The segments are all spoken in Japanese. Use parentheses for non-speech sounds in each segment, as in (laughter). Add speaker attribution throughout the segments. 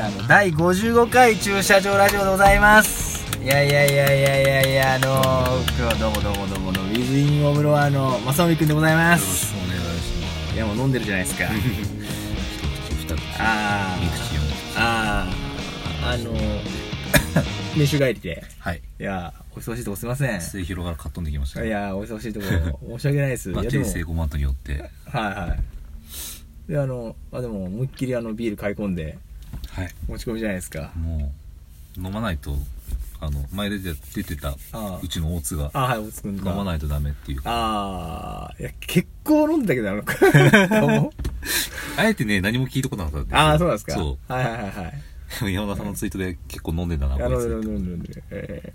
Speaker 1: あの第55回駐車場ラジオでございますいやいやいやいやいやいやあのー、今日はどうもどうもどうもどうもウィズインオムロアの正臣くんでございま
Speaker 2: よろし
Speaker 1: す
Speaker 2: くお願いします。
Speaker 1: いやもう飲んでるじゃないです (laughs) か
Speaker 2: 一口二口。
Speaker 1: あ
Speaker 2: 三口四口。
Speaker 1: ああああの (laughs) ー、練習帰りで
Speaker 2: はい。
Speaker 1: いやお忙しいとこすいません
Speaker 2: 末広から買っ飛んできました。
Speaker 1: い、やお忙しいとこ申し訳ない (laughs) ですい
Speaker 2: まあ、
Speaker 1: やで
Speaker 2: 定
Speaker 1: も
Speaker 2: 成功マントによって。
Speaker 1: はいはいであのまあでも思いっきりあのビール買い込んで
Speaker 2: はい。
Speaker 1: 持ち込みじゃないですか
Speaker 2: もう、飲まないと、あの、前出て出てた、
Speaker 1: ああ
Speaker 2: うちの大津が、
Speaker 1: あはいおつくん
Speaker 2: 飲
Speaker 1: か
Speaker 2: まないとダメっていう。あ
Speaker 1: あーいや結構飲んだけどあ
Speaker 2: (laughs)
Speaker 1: のどうも
Speaker 2: えてね、何も聞いたことなかった。
Speaker 1: ああそうなんですか
Speaker 2: そ。
Speaker 1: はいはいはいはいう
Speaker 2: (laughs) 山田さんのツイートで結構飲んでんだな、
Speaker 1: あ
Speaker 2: こ
Speaker 1: の
Speaker 2: い
Speaker 1: 飲ん
Speaker 2: つ。
Speaker 1: で飲んで飲んでええ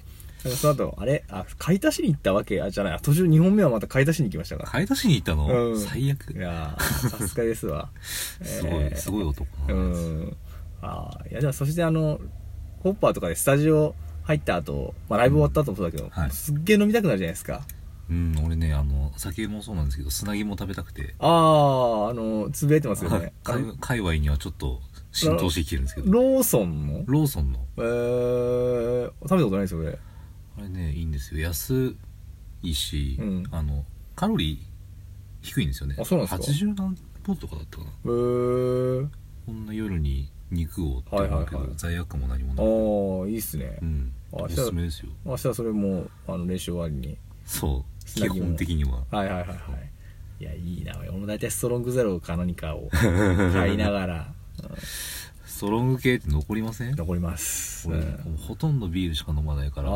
Speaker 1: その後あれあ買い足しに行ったわけあじゃない途中2本目はまた買い足しに行きましたから
Speaker 2: 買い出しに行った
Speaker 1: う
Speaker 2: の
Speaker 1: ん
Speaker 2: 最
Speaker 1: い
Speaker 2: 悪。
Speaker 1: やーさすがです
Speaker 2: (laughs)
Speaker 1: わ
Speaker 2: すごい、すごい男
Speaker 1: う
Speaker 2: なんです。
Speaker 1: んああいやでもそしてあのホッパーとかでスタジオ入った後、まあライブ終わった後もそうだけど、
Speaker 2: はい
Speaker 1: すっげえ飲みたくなるじゃないですか
Speaker 2: うん、俺ね、あの、酒もそうなんですけど、砂肝も食べたくて、
Speaker 1: あああのつぶやいてますよ
Speaker 2: はい
Speaker 1: ね
Speaker 2: (laughs) か界隈にはちょっと浸透してきてるんですけど、
Speaker 1: ローソンの
Speaker 2: ローソンの
Speaker 1: えー、食べたことないですよ俺
Speaker 2: あれねいいんですよ安いし、
Speaker 1: うん
Speaker 2: あのカロリー低いんですよね
Speaker 1: あそうなんですか
Speaker 2: 80何ポンドとかだったかな
Speaker 1: えー、
Speaker 2: こんな夜に肉をって思うけど、
Speaker 1: はいはいはい
Speaker 2: 罪悪感も何もない
Speaker 1: ああいいっすね
Speaker 2: うん
Speaker 1: あ
Speaker 2: おすすめですよ
Speaker 1: 明日はそれもあの練習終わりに
Speaker 2: そう
Speaker 1: 砂
Speaker 2: 基
Speaker 1: 肝
Speaker 2: 本的には
Speaker 1: はいはいはいはいいやいいな俺も大体ストロングゼロか何 (laughs) かを買いながら、
Speaker 2: ストロング系って残りません
Speaker 1: うん残ります、
Speaker 2: 俺、
Speaker 1: うん
Speaker 2: もうほとんどビールしか飲まないから
Speaker 1: ああ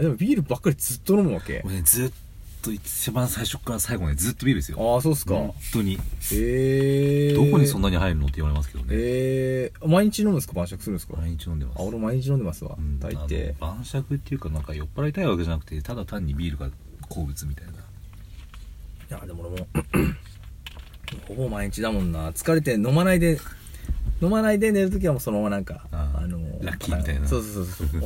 Speaker 1: でもビールばっかりずっと飲むわけ
Speaker 2: 俺ねずっと一番最初から最後までずっとビールですよ
Speaker 1: ああそうっすか、
Speaker 2: 本当に、
Speaker 1: ええー、
Speaker 2: どこにそん
Speaker 1: な
Speaker 2: なに入るのって言われますけどね、
Speaker 1: ええー、毎日飲むんですか晩酌するんですか
Speaker 2: 毎日飲んでます
Speaker 1: あ俺毎日飲んでますわ、
Speaker 2: うん
Speaker 1: 大抵
Speaker 2: あの晩酌っていうかなんか酔っ払いたいわけじゃなくてただ単にビールが好物みたいない
Speaker 1: やでも俺 (clears throat) もほぼ毎日だもんな疲れて飲まないで飲まないで寝るときはもうそのままなんか
Speaker 2: あー
Speaker 1: あの
Speaker 2: ラッキーみたいな
Speaker 1: そうそうそうそう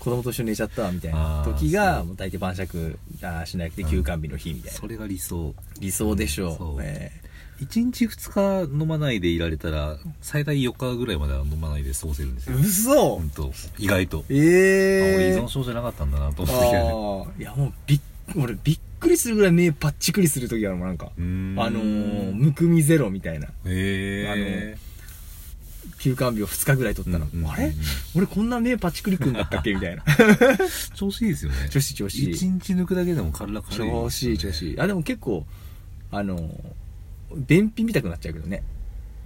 Speaker 1: お子供と一緒に寝ちゃったみたいな
Speaker 2: あー
Speaker 1: 時が
Speaker 2: そう
Speaker 1: もう大抵晩酌あーしなくて休館日の日みたいな
Speaker 2: それが理想
Speaker 1: 理想でしょう,、
Speaker 2: そう
Speaker 1: え
Speaker 2: 1日2日飲まないでいられたら最大4日ぐらいまでは飲まないで過ごせるんです
Speaker 1: え
Speaker 2: よ
Speaker 1: 嘘
Speaker 2: 本当意外と、
Speaker 1: え
Speaker 2: あ俺依
Speaker 1: え
Speaker 2: 存症じゃなかったんだなと
Speaker 1: あ
Speaker 2: 思ってきたね
Speaker 1: ーいやもうびっ俺びっくりするぐらい目パッチクリする時あるもんなんか
Speaker 2: うーん
Speaker 1: あのーむくみゼロみたいな
Speaker 2: へえ
Speaker 1: 休館日を2日ぐらい取ったの、
Speaker 2: うんうんうんうん
Speaker 1: あれ俺こんな目パチクリくんだったっけみた
Speaker 2: (laughs)
Speaker 1: いな
Speaker 2: 調子いいですよね
Speaker 1: 調子調子いい
Speaker 2: 1日抜くだけでも体軽いですよね
Speaker 1: 調子いい調子いいあでも結構あのー便秘見たくなっちゃうけどね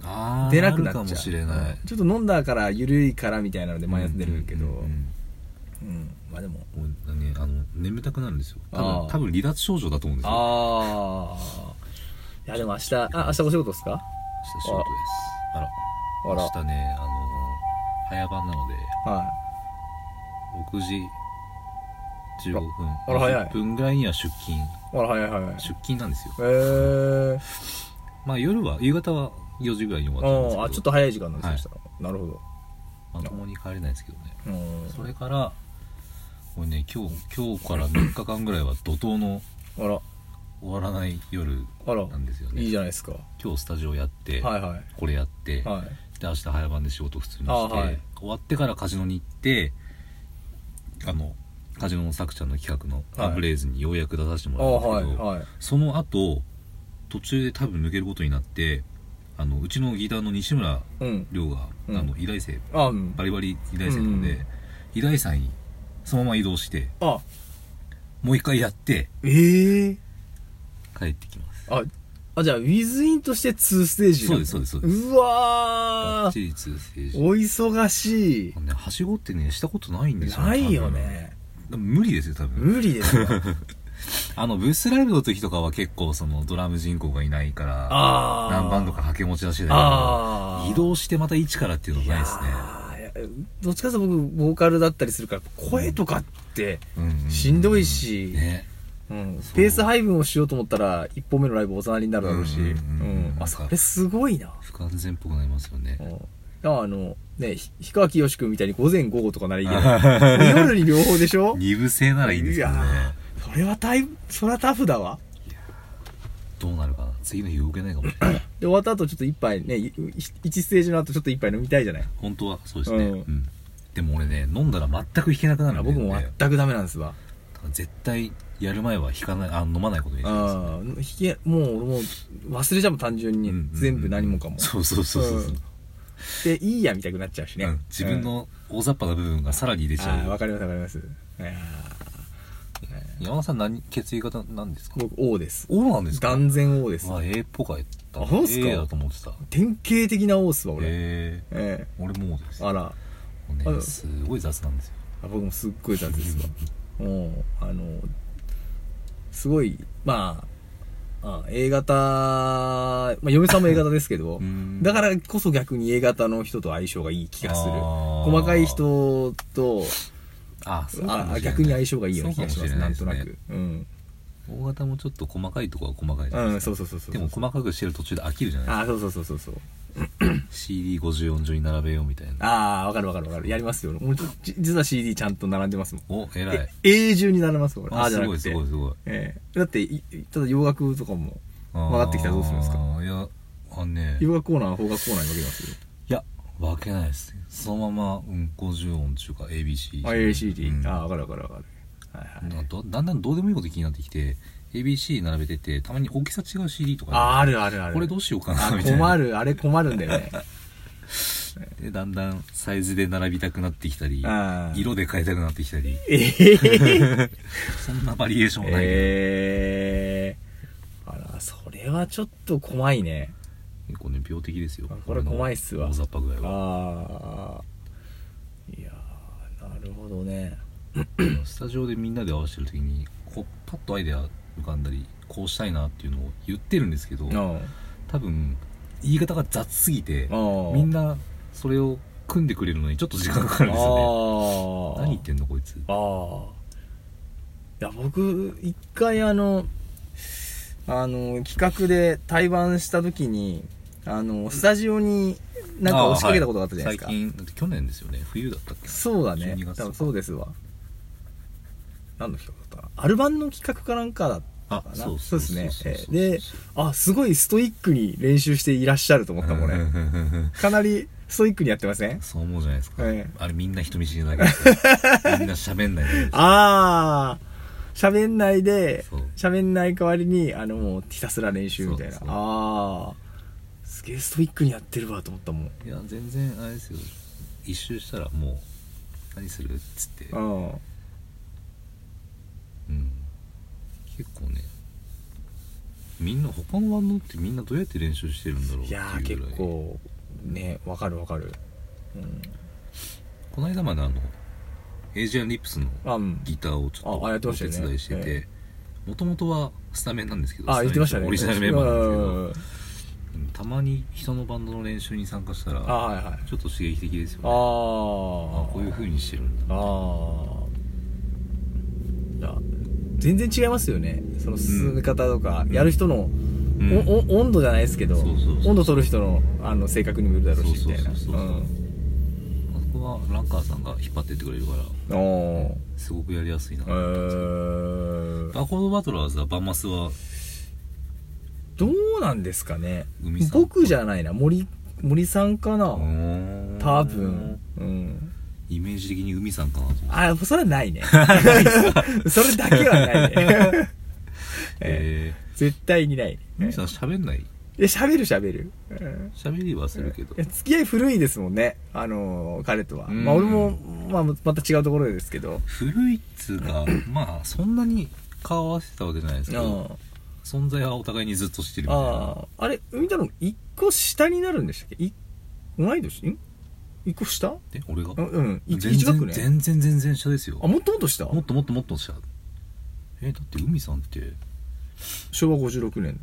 Speaker 2: あー
Speaker 1: 出なくなっちゃう
Speaker 2: るかもしれない
Speaker 1: うんちょっと飲んだから緩いからみたいなので毎朝出るけど
Speaker 2: うんうんうん
Speaker 1: うんまあでも
Speaker 2: もうね、あの眠たくなるんですよ多
Speaker 1: あー
Speaker 2: 分多分離脱症状だと思うんですよ
Speaker 1: ああいやでも明日あ明日お仕事ですか
Speaker 2: 明日仕事ですあら
Speaker 1: あら
Speaker 2: 明日ねあの早番なので
Speaker 1: はい
Speaker 2: 6時15分
Speaker 1: あら早い
Speaker 2: 10分ぐらいには出勤
Speaker 1: あら早い早い
Speaker 2: 出勤なんですよ
Speaker 1: えー、
Speaker 2: まあ夜は夕方は4時ぐらいに終わっちゃうんですけ
Speaker 1: あ
Speaker 2: ど
Speaker 1: あちょっと早い時間なんです
Speaker 2: はい
Speaker 1: そしたらなるほど
Speaker 2: まともに帰れないですけどね
Speaker 1: うん
Speaker 2: それからこれね今日今日から3日間ぐらいは怒涛の
Speaker 1: あら
Speaker 2: 終わらない夜
Speaker 1: あら
Speaker 2: なんですよね
Speaker 1: いいじゃないですかは
Speaker 2: 今日スタジオやって、
Speaker 1: いはい
Speaker 2: これやって、
Speaker 1: はい
Speaker 2: で明日早番で仕事普通にして、
Speaker 1: あはい
Speaker 2: 終わってからカジノに行ってあのカジノのさくちゃんの企画の「
Speaker 1: はい
Speaker 2: アブレイズ」にようやく出させても
Speaker 1: あ
Speaker 2: ら
Speaker 1: は
Speaker 2: う
Speaker 1: い
Speaker 2: んですけど、
Speaker 1: はい
Speaker 2: その後途中で多分抜けることになってあのうちのギターの西村
Speaker 1: うん
Speaker 2: 亮が、
Speaker 1: うん
Speaker 2: あの医大生
Speaker 1: あうん
Speaker 2: バリバリ医大生なんで、
Speaker 1: うん
Speaker 2: 医大さんにそのまま移動して
Speaker 1: あ
Speaker 2: もう一回やって
Speaker 1: ええ
Speaker 2: 帰ってきます
Speaker 1: ああじゃあウィズインとして2ステージなの
Speaker 2: そうですそうですそう
Speaker 1: うわ
Speaker 2: バッ
Speaker 1: ー
Speaker 2: チリ通生
Speaker 1: お忙しい
Speaker 2: ねはしごってねしたことないんですよ
Speaker 1: ないよね
Speaker 2: 多分無理ですよ多分
Speaker 1: 無理です
Speaker 2: (laughs)
Speaker 1: よ
Speaker 2: あの、ブースライブの時とかは結構そのドラム人口がいないから、
Speaker 1: ああ
Speaker 2: 何番とか掛け持ち出しだ
Speaker 1: ああ
Speaker 2: けど、移動してまた一からっていうのがないですね。
Speaker 1: あーいやどっちかというと僕ボーカルだったりするから声とかって
Speaker 2: うんうん
Speaker 1: しんどいし、
Speaker 2: ね。
Speaker 1: うん
Speaker 2: そう
Speaker 1: ペース配分をしようと思ったら1本目のライブおざなりになるだろうし、う
Speaker 2: うんんうんうん
Speaker 1: あそれすごいな、
Speaker 2: 不完全っぽくなりますよね
Speaker 1: う。ん、だからあのねひ氷川きよし君みたいに午前午後とかならいいけど
Speaker 2: (laughs)
Speaker 1: 夜に両方でしょ
Speaker 2: 二部制ならいいんですけどね
Speaker 1: や。ーそれは大それはタフだわ
Speaker 2: どうなるかな次の日動けないかもしれ
Speaker 1: (coughs)
Speaker 2: ない
Speaker 1: で終わった後ちょっと一杯ねい一ステージの後ちょっと一杯飲みたいじゃない
Speaker 2: 本当はそうですね、
Speaker 1: う
Speaker 2: うんんでも俺ね飲んだら全く弾けなくなるんだよ
Speaker 1: 僕
Speaker 2: ね
Speaker 1: も全くダメなんですわ
Speaker 2: だから絶対やる前は弾かないあ飲まないことにしてます
Speaker 1: ああ引きもうもう忘れちゃうもん単純に
Speaker 2: うんうんうん
Speaker 1: 全部何もかも
Speaker 2: そうそうそうそうそう、
Speaker 1: でいいやみたいになっちゃうしね、
Speaker 2: うん自
Speaker 1: う
Speaker 2: 分
Speaker 1: ん
Speaker 2: の大雑把な部分がさらに出ち
Speaker 1: あ
Speaker 2: ゃ
Speaker 1: あ
Speaker 2: う、
Speaker 1: わかりますわかりますいやー
Speaker 2: 山田さん何血液型なんですか
Speaker 1: 僕 O です
Speaker 2: おなんですか
Speaker 1: 断然 O です
Speaker 2: まあ A っぽかった
Speaker 1: あそうっすか
Speaker 2: A だと思ってた
Speaker 1: 典型的な O っすわ俺、
Speaker 2: え
Speaker 1: え
Speaker 2: ー、俺もです
Speaker 1: えあら
Speaker 2: もう
Speaker 1: あ
Speaker 2: ねすごい雑なんですよ
Speaker 1: あ僕もすっごい雑です
Speaker 2: (laughs)
Speaker 1: わもうあのすごいまああ A 型、まあ、嫁さんも A 型ですけど
Speaker 2: (laughs) うん
Speaker 1: だからこそ逆に A 型の人と相性がいい気がする
Speaker 2: あー
Speaker 1: 細かい人と
Speaker 2: あそうかもしれな
Speaker 1: あ
Speaker 2: い
Speaker 1: 逆に相性がいいような気がします
Speaker 2: そうか
Speaker 1: な
Speaker 2: も
Speaker 1: ん
Speaker 2: し
Speaker 1: と
Speaker 2: れな
Speaker 1: ない
Speaker 2: ですね
Speaker 1: くうん、
Speaker 2: 大型もちょっと細かいとこは細かいじゃない
Speaker 1: うん、
Speaker 2: ですか
Speaker 1: そうそうそうそう
Speaker 2: でも細かくしてる途中で飽きるじゃない
Speaker 1: あそうそうそうそうそう
Speaker 2: ですか CD54 上に並べようみたいな
Speaker 1: ああわかるわかるわかるやりますよ俺じ実は CD ちゃんと並んでますもん
Speaker 2: お偉い
Speaker 1: え永住に並べますもん俺
Speaker 2: あ
Speaker 1: あーじ
Speaker 2: す
Speaker 1: ゃな
Speaker 2: ごい
Speaker 1: く
Speaker 2: す
Speaker 1: て
Speaker 2: ごいすごい
Speaker 1: ええだっていただ洋楽とかも
Speaker 2: 曲
Speaker 1: 曲がってきたらどうするんですか
Speaker 2: いやあのね
Speaker 1: 洋楽コーナーは邦楽コーナーに分けますよ
Speaker 2: いや分けないですそのまま、うん、50音中か ABC
Speaker 1: あ ACD、
Speaker 2: うん
Speaker 1: ああ分かる分かる分かるはいはい
Speaker 2: なんかどだんだんどうでもいいこと気になってきて ABC 並べててたまに大きさ違う CD とか
Speaker 1: ああるあるある
Speaker 2: これどうしようか
Speaker 1: あ
Speaker 2: なみたいな
Speaker 1: 困るあれ困るんだよね
Speaker 2: でだんだんサイズで並びたくなってきたり
Speaker 1: あー
Speaker 2: 色で変えたくなってきたり
Speaker 1: えー、
Speaker 2: そんなバリエーションはないけど、
Speaker 1: えー、あらそれはちょっと怖いね
Speaker 2: 結構ね病的ですよ
Speaker 1: あこれ怖いっすわ
Speaker 2: 大雑把ぐらいは
Speaker 1: ああいやーなるほどね
Speaker 2: スタジオでみんなで合わせてる時にこうパッとアイデア浮かんだりこうしたいなっていうのを言ってるんですけど
Speaker 1: うん
Speaker 2: 多分言い方が雑すぎて
Speaker 1: あ
Speaker 2: みん
Speaker 1: な
Speaker 2: なそれを組んでくれるのにちょっと時間かかるんです
Speaker 1: あ
Speaker 2: よね
Speaker 1: あ
Speaker 2: 何言ってんのこいつ
Speaker 1: ああいや僕一回あのあの企画で対バンした時にあのスタジオになんか押しかけたことがあったじゃないですか、
Speaker 2: あーはい最近だって去年ですよね冬だったっけ
Speaker 1: そうだね
Speaker 2: 12月
Speaker 1: 多分そうですわ何の企画だったかなアルバンの企画かなんかだっ
Speaker 2: あ
Speaker 1: たかな
Speaker 2: そう
Speaker 1: ですね
Speaker 2: そうそうそう
Speaker 1: えーであすごいストイックに練習していらっしゃると思ったもんね、かなりストイックにやってません
Speaker 2: (laughs) そう思うじゃないですか、
Speaker 1: ええ
Speaker 2: あれみんな人見知りなだけですよ
Speaker 1: (laughs)
Speaker 2: みんな喋んないだけですよ
Speaker 1: ああ喋んないで
Speaker 2: そう
Speaker 1: 喋んない代わりにあのもうひたすら練習みたいな
Speaker 2: そうそう
Speaker 1: ああすげえストイックにやってるわと思ったもん
Speaker 2: いや全然あれですよ一周したらもう何するっつって
Speaker 1: うん
Speaker 2: うん結構ねみんな他のバンドってみんなどうやって練習してるんだろうっ
Speaker 1: い
Speaker 2: てい
Speaker 1: やー
Speaker 2: う
Speaker 1: 結
Speaker 2: ぐらい
Speaker 1: 構ねわかるわかるうん
Speaker 2: この間まであのエイジアン・リップスの
Speaker 1: あうん
Speaker 2: ギターをちょっと
Speaker 1: ああやって
Speaker 2: お
Speaker 1: ました
Speaker 2: 手
Speaker 1: よね
Speaker 2: 伝いして
Speaker 1: え
Speaker 2: てもともとはスタメンなんですけど
Speaker 1: あ言ってましたね
Speaker 2: スタメンっていうかオリジナルメンバーなんです
Speaker 1: です
Speaker 2: けどうんたまに人のバンドの練習に参加した
Speaker 1: あ
Speaker 2: ら
Speaker 1: はいはいあ
Speaker 2: ちょっと刺激的ですよね
Speaker 1: あ
Speaker 2: あこういう風にしてるんだ
Speaker 1: ああいや全然違いますよねその進め方とか、
Speaker 2: うん
Speaker 1: やる人の、
Speaker 2: うん
Speaker 1: おお温度じゃないですけど
Speaker 2: そうそうそう
Speaker 1: 温度取る人のあの性格にもよるだろうし
Speaker 2: そ
Speaker 1: み
Speaker 2: う
Speaker 1: たい
Speaker 2: そ
Speaker 1: な
Speaker 2: うそうそうあそこはランカーさんが引っ張ってってくれるから
Speaker 1: うんお
Speaker 2: すごくやりやすいな、
Speaker 1: ーえー
Speaker 2: バコードバトラーズはバンマスは
Speaker 1: どうなんですかね
Speaker 2: 海さん
Speaker 1: 僕じゃないな森森さんかな、
Speaker 2: うーん
Speaker 1: 多分うん
Speaker 2: イメージ的に海さんかなと思って
Speaker 1: あそれはない
Speaker 2: (laughs)
Speaker 1: ねそれだけはないねえ
Speaker 2: え
Speaker 1: ー絶対にない
Speaker 2: ー、海さん喋んない
Speaker 1: いや喋る喋る、うん
Speaker 2: 喋りはするけど
Speaker 1: いや付き合い古いですもんねあのー彼とは、
Speaker 2: うん
Speaker 1: まあ俺も、まあ、また違うところですけど
Speaker 2: 古いっつう
Speaker 1: (coughs)
Speaker 2: かまあそんなに顔合わせてたわけじゃないですけ
Speaker 1: うん
Speaker 2: ど存在はお互いにずっとしてるみたいな
Speaker 1: あああれ海太郎1個下になるんでしたっけい同い年ん ?1 個下
Speaker 2: で俺が
Speaker 1: うんうん
Speaker 2: 全
Speaker 1: 1, 学
Speaker 2: 然
Speaker 1: 年
Speaker 2: 全然全然下ですよ
Speaker 1: あもっともっと下
Speaker 2: もっともっともっと下えだって海さんって
Speaker 1: 昭和56年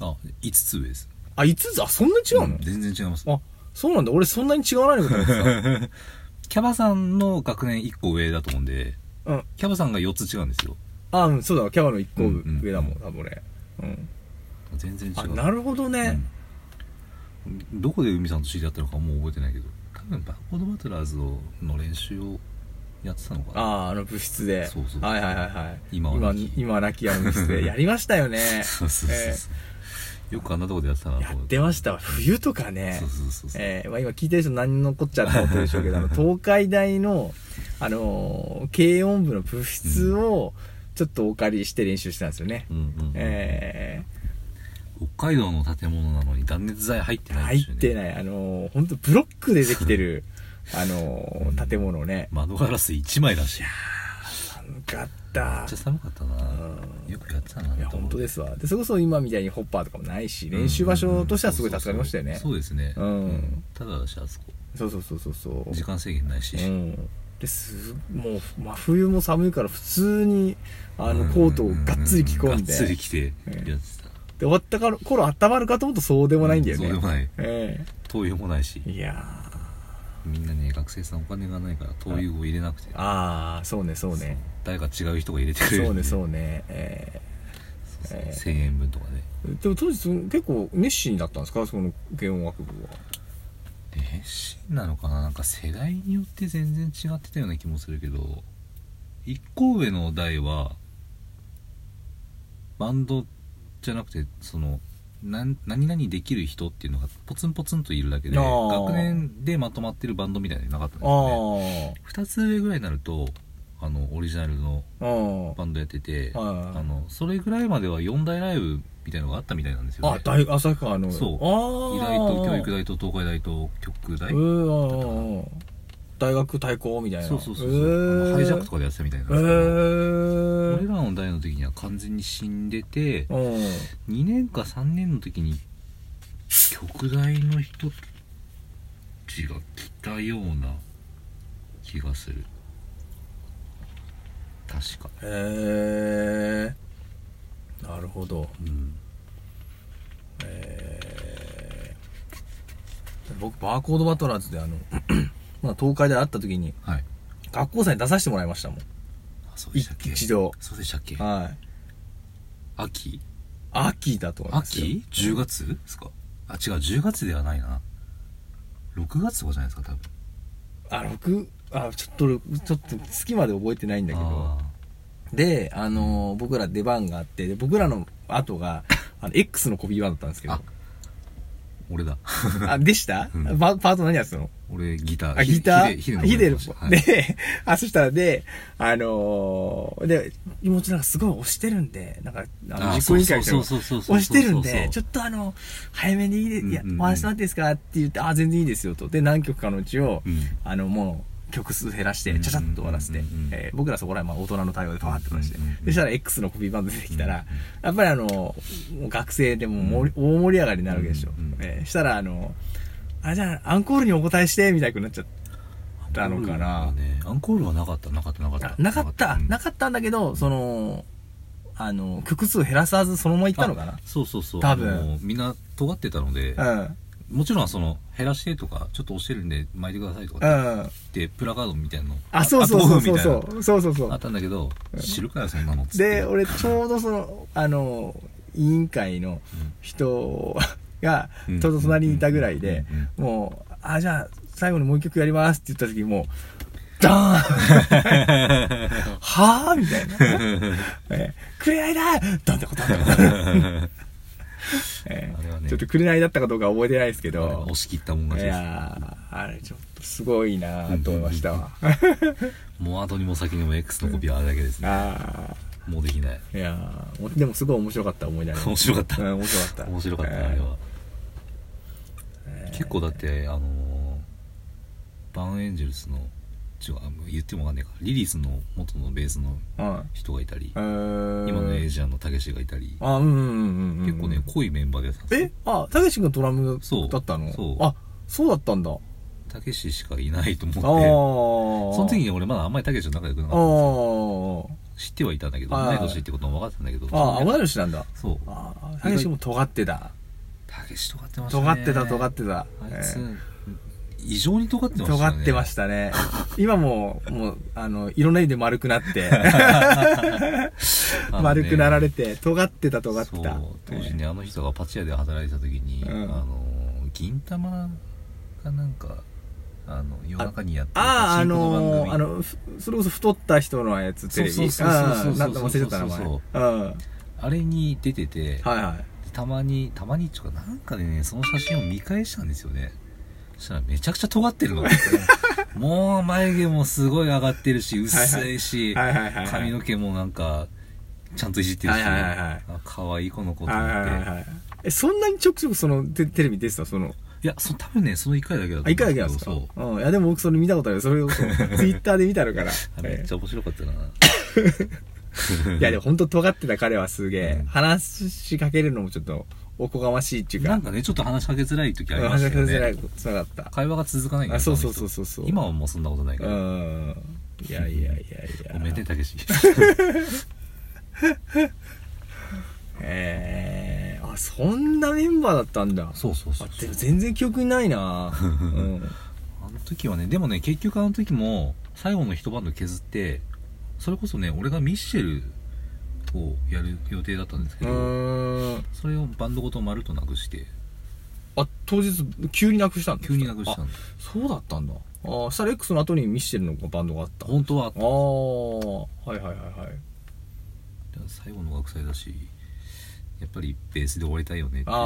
Speaker 2: あ5つ上です
Speaker 1: あいつあそんな違うの、
Speaker 2: ん全然違います
Speaker 1: あそうなんだ俺そんなに違わないのかと思ってた
Speaker 2: キャバさんの学年1個上だと思うんで (laughs)
Speaker 1: うん
Speaker 2: キャバさんが4つ違うんですよ
Speaker 1: あうんそうだわキャバの1個
Speaker 2: うんうん
Speaker 1: 上だもん多分俺うん
Speaker 2: 全然違
Speaker 1: あ
Speaker 2: う
Speaker 1: なるほどね、
Speaker 2: うんどこで海さんと知り合ったのかもう覚えてないけど多分バッコードバトラーズの練習をやってたのかな
Speaker 1: あああの部室で
Speaker 2: そうそう
Speaker 1: はいはいはいはい
Speaker 2: 今は
Speaker 1: 今
Speaker 2: 亡き
Speaker 1: 今は亡きあの部室
Speaker 2: (laughs)
Speaker 1: でやりましたよね
Speaker 2: そうそうそうそうよくあんなとこでやってたなと
Speaker 1: や
Speaker 2: 思
Speaker 1: ってましたわ冬とかね
Speaker 2: そうそうそうそう
Speaker 1: えーまあ、今聞いてる人何のこっちゃって思ってるでしょう
Speaker 2: (laughs)
Speaker 1: けど、あの東海大の、あのー軽音部の部室をちょっとお借りして練習してたんですよね。
Speaker 2: うんうんうん
Speaker 1: え
Speaker 2: 北海道の建物なのに断熱材入って
Speaker 1: ー
Speaker 2: ない
Speaker 1: 入って
Speaker 2: い
Speaker 1: ない、あのー、本当ブロックでできてる、あのー建物ね。
Speaker 2: 窓ガラス1枚だしめ
Speaker 1: 寒
Speaker 2: っ
Speaker 1: かった
Speaker 2: ちゃ。寒かったな
Speaker 1: うん
Speaker 2: よくやってたない
Speaker 1: や、
Speaker 2: と
Speaker 1: 本
Speaker 2: 思う
Speaker 1: 当ですわ。で、それこそ今みたいにホッパーとかもないし、練習場所としてはすごい助かりましたよね。
Speaker 2: そうですね
Speaker 1: うん
Speaker 2: ただだしあそこ
Speaker 1: そうそうそうそうそう。
Speaker 2: 時間制限ないし
Speaker 1: うん、ですもう真冬も寒いから普通にあ
Speaker 2: うん
Speaker 1: のコートをがっつり着込んで、
Speaker 2: がっつり着て
Speaker 1: ええ
Speaker 2: やってた
Speaker 1: で終わったから頃温まるかと思うとそうでもないんだよね、
Speaker 2: そうでもない
Speaker 1: え
Speaker 2: 灯油もないし
Speaker 1: えいやー
Speaker 2: みんなね学生さんお金がないから灯油を入れなくて
Speaker 1: ああそうねそうね
Speaker 2: 誰か違う人が入れてくれる
Speaker 1: そうね
Speaker 2: う
Speaker 1: そうねえええ
Speaker 2: 1000円分とかね
Speaker 1: えでも当時その結構熱心だったんですかその軽音楽部は
Speaker 2: 熱心なのかななんか世代によって全然違ってたような気もするけど一個上の代はバンドじゃなくてそのなん何々できる人っていうのがポツンポツンといるだけで
Speaker 1: あー
Speaker 2: 学年でまとまってるバンドみたいなのなかったんですよね
Speaker 1: あ
Speaker 2: 2つ上ぐらいになるとあのオリジナルの
Speaker 1: ああ
Speaker 2: バンドやってて
Speaker 1: はいはいはい
Speaker 2: あのそれぐらいまでは4大ライブみたいなのがあったみたいなんですよ
Speaker 1: あ
Speaker 2: ね
Speaker 1: あ大朝川の
Speaker 2: そう
Speaker 1: ああ
Speaker 2: 医大と教育大と東海大と極大
Speaker 1: うんうんうん大学対抗みたいな
Speaker 2: そうそうそうそ
Speaker 1: え
Speaker 2: う、
Speaker 1: ー
Speaker 2: あのハイジャックとかでやってたみたいなん
Speaker 1: え
Speaker 2: ですけど、
Speaker 1: ー、
Speaker 2: 俺らの代の時には完全に死んでて
Speaker 1: うん
Speaker 2: 2年か3年の時に極大の人たちが来たような気がする確か
Speaker 1: へえなるほど
Speaker 2: うん
Speaker 1: えー僕バーコードバトラーズであの (clears throat) まあ東海で会った時に
Speaker 2: はい
Speaker 1: 学校祭に出させてもらいましたもん
Speaker 2: あそうでしたっけ
Speaker 1: 一度
Speaker 2: そうでしたっけ
Speaker 1: はい
Speaker 2: 秋
Speaker 1: 秋だと思いますよ
Speaker 2: 秋 ?10 月ですかあ違う10月ではないな6月とかじゃないですか多
Speaker 1: あ
Speaker 2: 分
Speaker 1: 六あちょっとろちょっと月まで覚えてないんだけど
Speaker 2: あ
Speaker 1: であのー僕ら出番があってで僕らの後があの X のコピー版だったんですけど
Speaker 2: あー俺だ
Speaker 1: あでした、
Speaker 2: うん
Speaker 1: パパート何やってたの
Speaker 2: 俺ギター
Speaker 1: あ、ギター
Speaker 2: ひひで
Speaker 1: ヒデ
Speaker 2: の
Speaker 1: の
Speaker 2: 方
Speaker 1: 方。で、 (laughs) あ、そしたらで、あのー、で、妹なんかすごい押してるんで、なんか、あの、
Speaker 2: あ
Speaker 1: 実行委員会の人が
Speaker 2: そうそうそうそうそうそうそう
Speaker 1: 押してるんで、ちょっとあの、早めにいいで、いや
Speaker 2: うんうんう、ん
Speaker 1: お話しもらっていいですかって言って、あ、全然いいですよと。で、何曲かのうちを、
Speaker 2: うん
Speaker 1: あの、もう、曲数減らして、ちゃちゃっと終わらせて
Speaker 2: うんうんうんうん、
Speaker 1: えー僕らそこら、まあ、大人の対応でパーって終わらせて
Speaker 2: うんうんうん、
Speaker 1: でそしたら X のコピーバンド出てきた
Speaker 2: うんう
Speaker 1: ら、やっぱりあの、もう学生でも盛り大盛り上がりになるわけでしょ
Speaker 2: うんうんうん。
Speaker 1: えーしたら、あの、あ、じゃあ、アンコールにお答えして、みたいになっちゃって。たのかな
Speaker 2: アンコールはねアンコールはなかったなかったなかった
Speaker 1: あなかった、
Speaker 2: うん
Speaker 1: なかったんだけど、その、あの、曲数減らさずそのまま行ったのかな
Speaker 2: あそうそうそう
Speaker 1: 多分
Speaker 2: あのみんな尖ってたので
Speaker 1: うん。
Speaker 2: もちろんその減らしてとかちょっと押してるんで巻いてくださいと
Speaker 1: う
Speaker 2: か
Speaker 1: ん。
Speaker 2: ってプラカードみたいなの
Speaker 1: あ、そうそうそうそう
Speaker 2: 後
Speaker 1: そ
Speaker 2: 部み
Speaker 1: う。そうそう
Speaker 2: た
Speaker 1: そ
Speaker 2: いなあっ
Speaker 1: う。
Speaker 2: たんだけど知るかよそんなのっつって
Speaker 1: で、俺、ちょうどその、あの、委員会の
Speaker 2: うん
Speaker 1: 人が、
Speaker 2: うん
Speaker 1: ちょうど隣にいたぐらいで、
Speaker 2: うんうん
Speaker 1: もう、あ、じゃあ、最後にもう一曲やりますって言った時もう、ダーンはぁみたいな。えー、くれないだどんってことなんだえ
Speaker 2: あれは
Speaker 1: ー
Speaker 2: ね
Speaker 1: ちょっとくれないだったかどうかは覚えてないですけ
Speaker 2: あれは
Speaker 1: ど
Speaker 2: 押、し切ったもん
Speaker 1: い
Speaker 2: 勝ちです
Speaker 1: やーあれちょっとすごいなぁと思いましたわ。
Speaker 2: もう後にも先にも X のコピーはあれだけですね
Speaker 1: あ
Speaker 2: もうできない
Speaker 1: ーいやーおでもすごい面白かった思い出あり
Speaker 2: 面
Speaker 1: ます
Speaker 2: 白かった
Speaker 1: うん面白かった。
Speaker 2: 面白かった
Speaker 1: えー
Speaker 2: なあれは、結構だってあのーバンエンジェルスの違うあもう言ってもわかんないかリリースの元のベースの
Speaker 1: はい
Speaker 2: 人がいたり
Speaker 1: えー
Speaker 2: 今のエイジアンのたけしがいたり
Speaker 1: あ、うんうんうんうん。
Speaker 2: 結構ね濃いメンバーでやってたんですよ
Speaker 1: えあ、たけし君ドラム
Speaker 2: そう
Speaker 1: だったの
Speaker 2: そう
Speaker 1: あ、そうだったんだ。あ
Speaker 2: たけししかいないと思って
Speaker 1: あー。
Speaker 2: その時に俺まだあんまりたけしと仲良くな
Speaker 1: あ
Speaker 2: かったんで
Speaker 1: ー
Speaker 2: すよ知ってはいたんだけど
Speaker 1: は
Speaker 2: 同
Speaker 1: い
Speaker 2: い年ってことも分かってたんだけど
Speaker 1: あー、
Speaker 2: そ
Speaker 1: 同
Speaker 2: の
Speaker 1: い年なんだ。
Speaker 2: そう
Speaker 1: ああ、たけしも尖ってた。
Speaker 2: たけし尖ってましたね
Speaker 1: 尖ってた、尖ってた。
Speaker 2: あいつ
Speaker 1: えー
Speaker 2: 異常に尖ってましたね
Speaker 1: 尖ってましたね。今も、もう、あの、いろんな意味で丸くなって、
Speaker 2: あのね
Speaker 1: 丸くなられて、尖ってた、尖って
Speaker 2: そう
Speaker 1: た。
Speaker 2: 当時ねあの人がパチ屋で働いてた時に、
Speaker 1: うん
Speaker 2: あの銀玉がなんかあの夜中にやってる
Speaker 1: ああ、あ
Speaker 2: パチンコ
Speaker 1: のー、あ
Speaker 2: 番組
Speaker 1: の、ふそれこそ太った人のやつ、テレビ。
Speaker 2: そうそうそうそうそう
Speaker 1: あーなんだ忘れちゃった名前。
Speaker 2: そ
Speaker 1: う
Speaker 2: う
Speaker 1: ん。はい
Speaker 2: あれに出てて、
Speaker 1: はい。
Speaker 2: たまにたまにっていうかなんかでねその写真を見返したんですよねそしたらめちゃくちゃ尖ってるの
Speaker 1: (laughs)
Speaker 2: もう眉毛もすごい上がってるし薄いし、
Speaker 1: はいはいはい。
Speaker 2: 髪の毛もなんかちゃんといじってるし、
Speaker 1: はいはいはいはい
Speaker 2: あ可愛いこの子と
Speaker 1: は
Speaker 2: 思
Speaker 1: い
Speaker 2: って、
Speaker 1: はい
Speaker 2: い
Speaker 1: はいはい。え、そんなにちょくちょくそのテテレビ出てたその、
Speaker 2: やそ多分ねその1回だけだと
Speaker 1: あ、
Speaker 2: 思う
Speaker 1: 一回だけなんですか
Speaker 2: そう
Speaker 1: うん。いや、でも僕それ見たことある。それを
Speaker 2: (laughs)
Speaker 1: ツイッターで見たのから。
Speaker 2: あめっちゃ面白かったな (laughs)
Speaker 1: い (laughs) や、でも本当尖ってた彼はすげえ、
Speaker 2: うん
Speaker 1: 話しかけるのもちょっとおこがましいっていうか。
Speaker 2: なんかねちょっと話しかけづらい時ありま
Speaker 1: 話し
Speaker 2: し
Speaker 1: か
Speaker 2: た
Speaker 1: け
Speaker 2: よ
Speaker 1: づら
Speaker 2: ね
Speaker 1: い、そうだった。
Speaker 2: 会話が続かないんだ
Speaker 1: あ
Speaker 2: よ
Speaker 1: そう
Speaker 2: あ
Speaker 1: そ
Speaker 2: の
Speaker 1: う
Speaker 2: 人
Speaker 1: そうそうそう。
Speaker 2: 今はもうそんなことないか
Speaker 1: う
Speaker 2: ら、
Speaker 1: ん。いやいやいやいや。
Speaker 2: ごめんね
Speaker 1: (laughs)
Speaker 2: たけし
Speaker 1: えー、あそんなメンバーだったんだ
Speaker 2: そうそうそう
Speaker 1: あ
Speaker 2: そう
Speaker 1: でも全然記憶にない
Speaker 2: (laughs)
Speaker 1: な、うん、
Speaker 2: あの時はねでもね結局あの時も最後の一晩の削ってそれこそね俺がミッシェルをやる予定だったんですけ
Speaker 1: う
Speaker 2: ど、
Speaker 1: ーん
Speaker 2: それをバンドごとまるっとなくして
Speaker 1: あ当日急になくしたんですか
Speaker 2: 急になくした
Speaker 1: あ
Speaker 2: んだ
Speaker 1: そうだったんだあーしたら X の後にミッシェルのバンドがあったあ
Speaker 2: 本当は
Speaker 1: あーはいはいはいはい
Speaker 2: 最後の学祭だしやっぱりベースで終わりたいよねって
Speaker 1: あー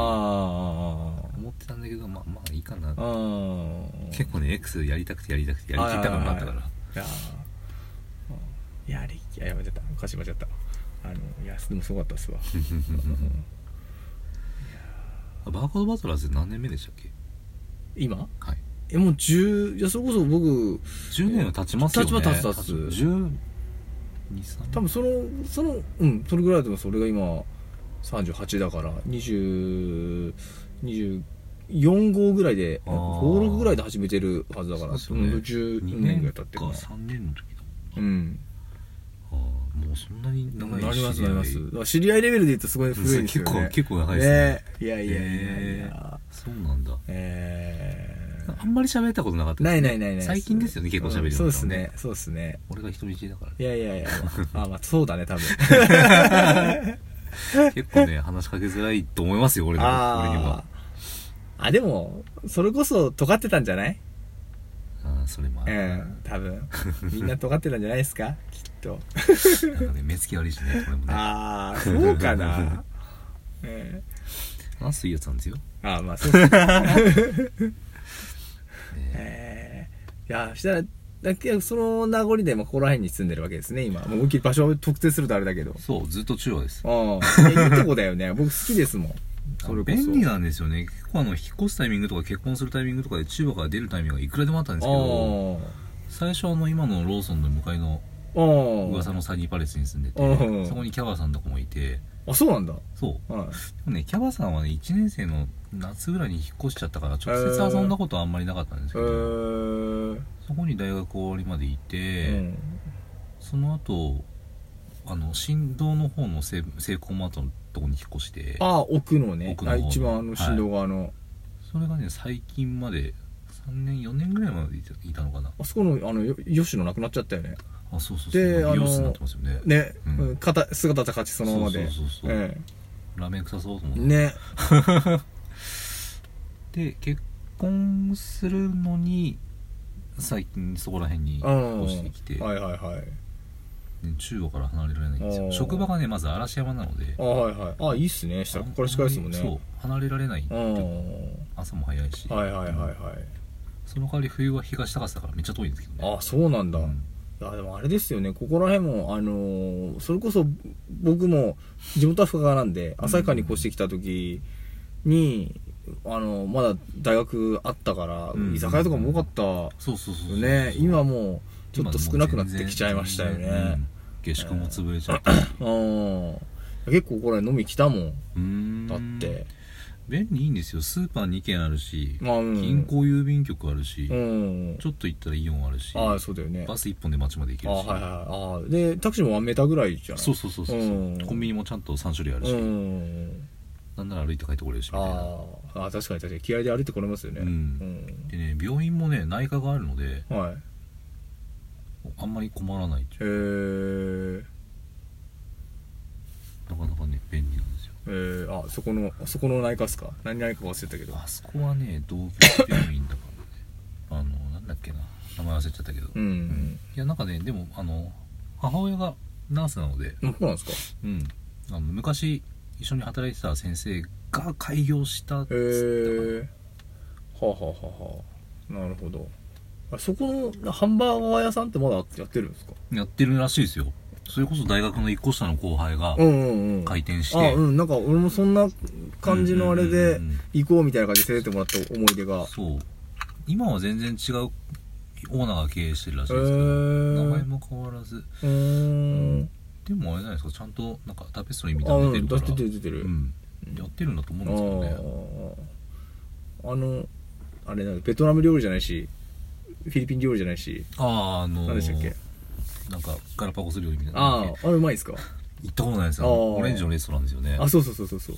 Speaker 2: 思ってたんだけどまあまあいいかな
Speaker 1: あー
Speaker 2: 結構ね X やりたくてやりたくてやりきった感があったから
Speaker 1: いやーやりいややめちゃったおかしい間違ったあのいやでもすごかったっすわうん
Speaker 2: あ (laughs) バーコードバトラーズって何年目でしたっけ
Speaker 1: 今
Speaker 2: はい
Speaker 1: えもう10いやそれこそ僕
Speaker 2: 10年は経ちますよね
Speaker 1: 経ちます経つ経つ
Speaker 2: 12 3
Speaker 1: 多分そのそのうんそれぐらいだと思います俺が今38だから2024号ぐらいで
Speaker 2: あー
Speaker 1: 56ぐらいで始めてるはずだから
Speaker 2: そうですよね
Speaker 1: うん10年ぐらい経ってる
Speaker 2: 2
Speaker 1: な
Speaker 2: 年か3年の時だ
Speaker 1: うん
Speaker 2: ああもうそんなに長い
Speaker 1: なりますな
Speaker 2: 知り合
Speaker 1: り
Speaker 2: い
Speaker 1: ますだから知り合いレベルで言うとすごい古いんです
Speaker 2: 結
Speaker 1: よね
Speaker 2: 構結構長いですね
Speaker 1: ねいやいやいやい
Speaker 2: へ
Speaker 1: や
Speaker 2: えそうなんだ
Speaker 1: えー
Speaker 2: あんまり喋ったことなかったです
Speaker 1: な
Speaker 2: ね
Speaker 1: いないないない
Speaker 2: 最近ですよね結構喋るよ
Speaker 1: うん
Speaker 2: になった
Speaker 1: そ
Speaker 2: の
Speaker 1: うですねそうですね
Speaker 2: 俺が人見知りだか
Speaker 1: いやいやいやあまあそうだね多分
Speaker 2: ら結構ね話しかけづらいと思いますよ俺の俺に
Speaker 1: あ
Speaker 2: は
Speaker 1: ああでもそれこそ尖ってたんじゃない
Speaker 2: ああそれもあ
Speaker 1: う
Speaker 2: るなん
Speaker 1: 多
Speaker 2: (laughs)
Speaker 1: 分みんな尖ってたんじゃないですかきっと
Speaker 2: なんかね目つき悪いしね俺もね
Speaker 1: ああそうかな、
Speaker 2: (laughs)
Speaker 1: え
Speaker 2: 話すいいやつなんですよ
Speaker 1: えああまあそうですね (laughs)
Speaker 2: ね
Speaker 1: ええいやしたらだけどその名残でもここら辺に住んでるわけですね今もう思いっきり場所を特定するとあれだけど
Speaker 2: そうずっと中央です
Speaker 1: うんいやいいとこだよね (laughs) 僕好きですもん
Speaker 2: あ
Speaker 1: それ
Speaker 2: の
Speaker 1: こそ
Speaker 2: 便利なんですよね結構あの引っ越すタイミングとか結婚するタイミングとかで中央から出るタイミングがいくらでもあったんですけど最初あの今のローソンの向かいの
Speaker 1: あー
Speaker 2: 噂のサニーパレスに住んで
Speaker 1: うん
Speaker 2: てそこにキャバさんとかもいて
Speaker 1: あそうなんだ、
Speaker 2: そう
Speaker 1: はい、
Speaker 2: でもねキャバさんはね1年生の夏ぐらいに引っ越しちゃったから直
Speaker 1: えー
Speaker 2: 接遊んだことはあんまりなかったんで
Speaker 1: え
Speaker 2: すけど、
Speaker 1: ー
Speaker 2: そこに大学終わりまでいて、
Speaker 1: うん
Speaker 2: その後あの新堂の方のセセイコーマートのとこに引っ越して
Speaker 1: ああ奥のね
Speaker 2: 奥の
Speaker 1: あ
Speaker 2: 方
Speaker 1: 一番あの振動側の、
Speaker 2: それがね最近まで3年4年ぐらいまでいたいたのかな
Speaker 1: あそこのあのよ吉野なくなっちゃったよね
Speaker 2: あそうそうそう
Speaker 1: で
Speaker 2: 美
Speaker 1: あの
Speaker 2: 容室になってますよね
Speaker 1: ね、
Speaker 2: うん
Speaker 1: うん、形姿形そのままで
Speaker 2: そうそうそうそう
Speaker 1: え
Speaker 2: ラーメン臭そうと思っ
Speaker 1: え
Speaker 2: て、
Speaker 1: ね
Speaker 2: で結婚するのに最近そこら辺に
Speaker 1: う
Speaker 2: 引
Speaker 1: ん
Speaker 2: っ越してきて、
Speaker 1: はいはいはい
Speaker 2: ね中央から離れられないんです
Speaker 1: おー
Speaker 2: よ職場がねまず嵐山なので
Speaker 1: あはいはいあいいっすね下ここから近いですもんね
Speaker 2: そう離れられないって
Speaker 1: う
Speaker 2: いうん朝も早いし、
Speaker 1: はいはいはいはい
Speaker 2: その代わり冬は東高瀬だからめっちゃ遠いんですけどね
Speaker 1: あそうなんだ、
Speaker 2: うん
Speaker 1: いやでもあれですよねここら辺もあのーそれこそ僕も地元は深川なんで
Speaker 2: ん
Speaker 1: 旭川に越してきた時に、あのまだ大学あったから、
Speaker 2: うん
Speaker 1: 居酒屋とかも多かったよ
Speaker 2: そうそうそうそう
Speaker 1: ね、今もうちょ
Speaker 2: 今
Speaker 1: っと
Speaker 2: も
Speaker 1: 少
Speaker 2: う
Speaker 1: なくなってきちゃいましたよ
Speaker 2: 全然う
Speaker 1: ね
Speaker 2: ん下宿も潰れちゃった、
Speaker 1: うん結構これ飲み来たもん
Speaker 2: うーん
Speaker 1: だって
Speaker 2: 便利いいんですよスーパー2軒あるし、
Speaker 1: まあうん
Speaker 2: 銀行郵便局あるし、
Speaker 1: うん
Speaker 2: ちょっと行ったらイオンあるし
Speaker 1: ああそうだよね
Speaker 2: バス1本で町まで行け
Speaker 1: あ
Speaker 2: るし
Speaker 1: はいはいはいあーでタクシーもワンメーターぐらいじゃない
Speaker 2: そうそうそうそう、
Speaker 1: うん
Speaker 2: コンビニもちゃんと3種類あるし、
Speaker 1: うん
Speaker 2: なんなら歩いて帰ってこれるしみたいな
Speaker 1: あーあー確かに確かに気合で歩いてこれますよね
Speaker 2: うんでね病院もね内科があるので
Speaker 1: うんはい
Speaker 2: あんまり困らないってい
Speaker 1: へー
Speaker 2: うなかなかね便利なんですよ
Speaker 1: えー、あそこのあそこの内科っすか何内科か忘れたけど
Speaker 2: あそこはね同居病院だからねあのなんなんだっけな名前忘れちゃったけど、
Speaker 1: うんうん
Speaker 2: いやなんかねでもあの母親がナースなので、
Speaker 1: あそうなんですか
Speaker 2: うん、あの昔一緒に働いてた先生が開業したっつっ
Speaker 1: へえ
Speaker 2: てたか
Speaker 1: ー、
Speaker 2: な
Speaker 1: はあ、はあはあはあ、なるほどあそこのハンバーガー屋さんってまだやってるんですか
Speaker 2: やってるらしいですよそれこそ大学の一個下の後輩が
Speaker 1: うんうんうん
Speaker 2: 開店して、
Speaker 1: あうんなんか俺もそんな感じのあれで
Speaker 2: うんうんうんうん
Speaker 1: 行こうみたいな感じで連れてってもらった思い出が
Speaker 2: そう今は全然違うオーナーが経営してるらしい
Speaker 1: へえ
Speaker 2: ですけど、名前
Speaker 1: ー、
Speaker 2: も変わらず
Speaker 1: うーん
Speaker 2: でもあれじゃないですかちゃんとなんかタペストリーみた
Speaker 1: あ
Speaker 2: いな
Speaker 1: う
Speaker 2: の出
Speaker 1: ん
Speaker 2: て
Speaker 1: 出
Speaker 2: るか
Speaker 1: て
Speaker 2: ら
Speaker 1: る出てる、
Speaker 2: うん、やってるんだと思うんですけどね
Speaker 1: あーあのあれなんだベトナム料理じゃないしフィリピン料理じゃないし
Speaker 2: あああのー
Speaker 1: 何でしたっけ
Speaker 2: なんかガラパゴス料理みたいな
Speaker 1: あああれうまいですか
Speaker 2: 行ったことないです
Speaker 1: ああ
Speaker 2: よオレンジのレストランですよね
Speaker 1: あそうそうそうそうそう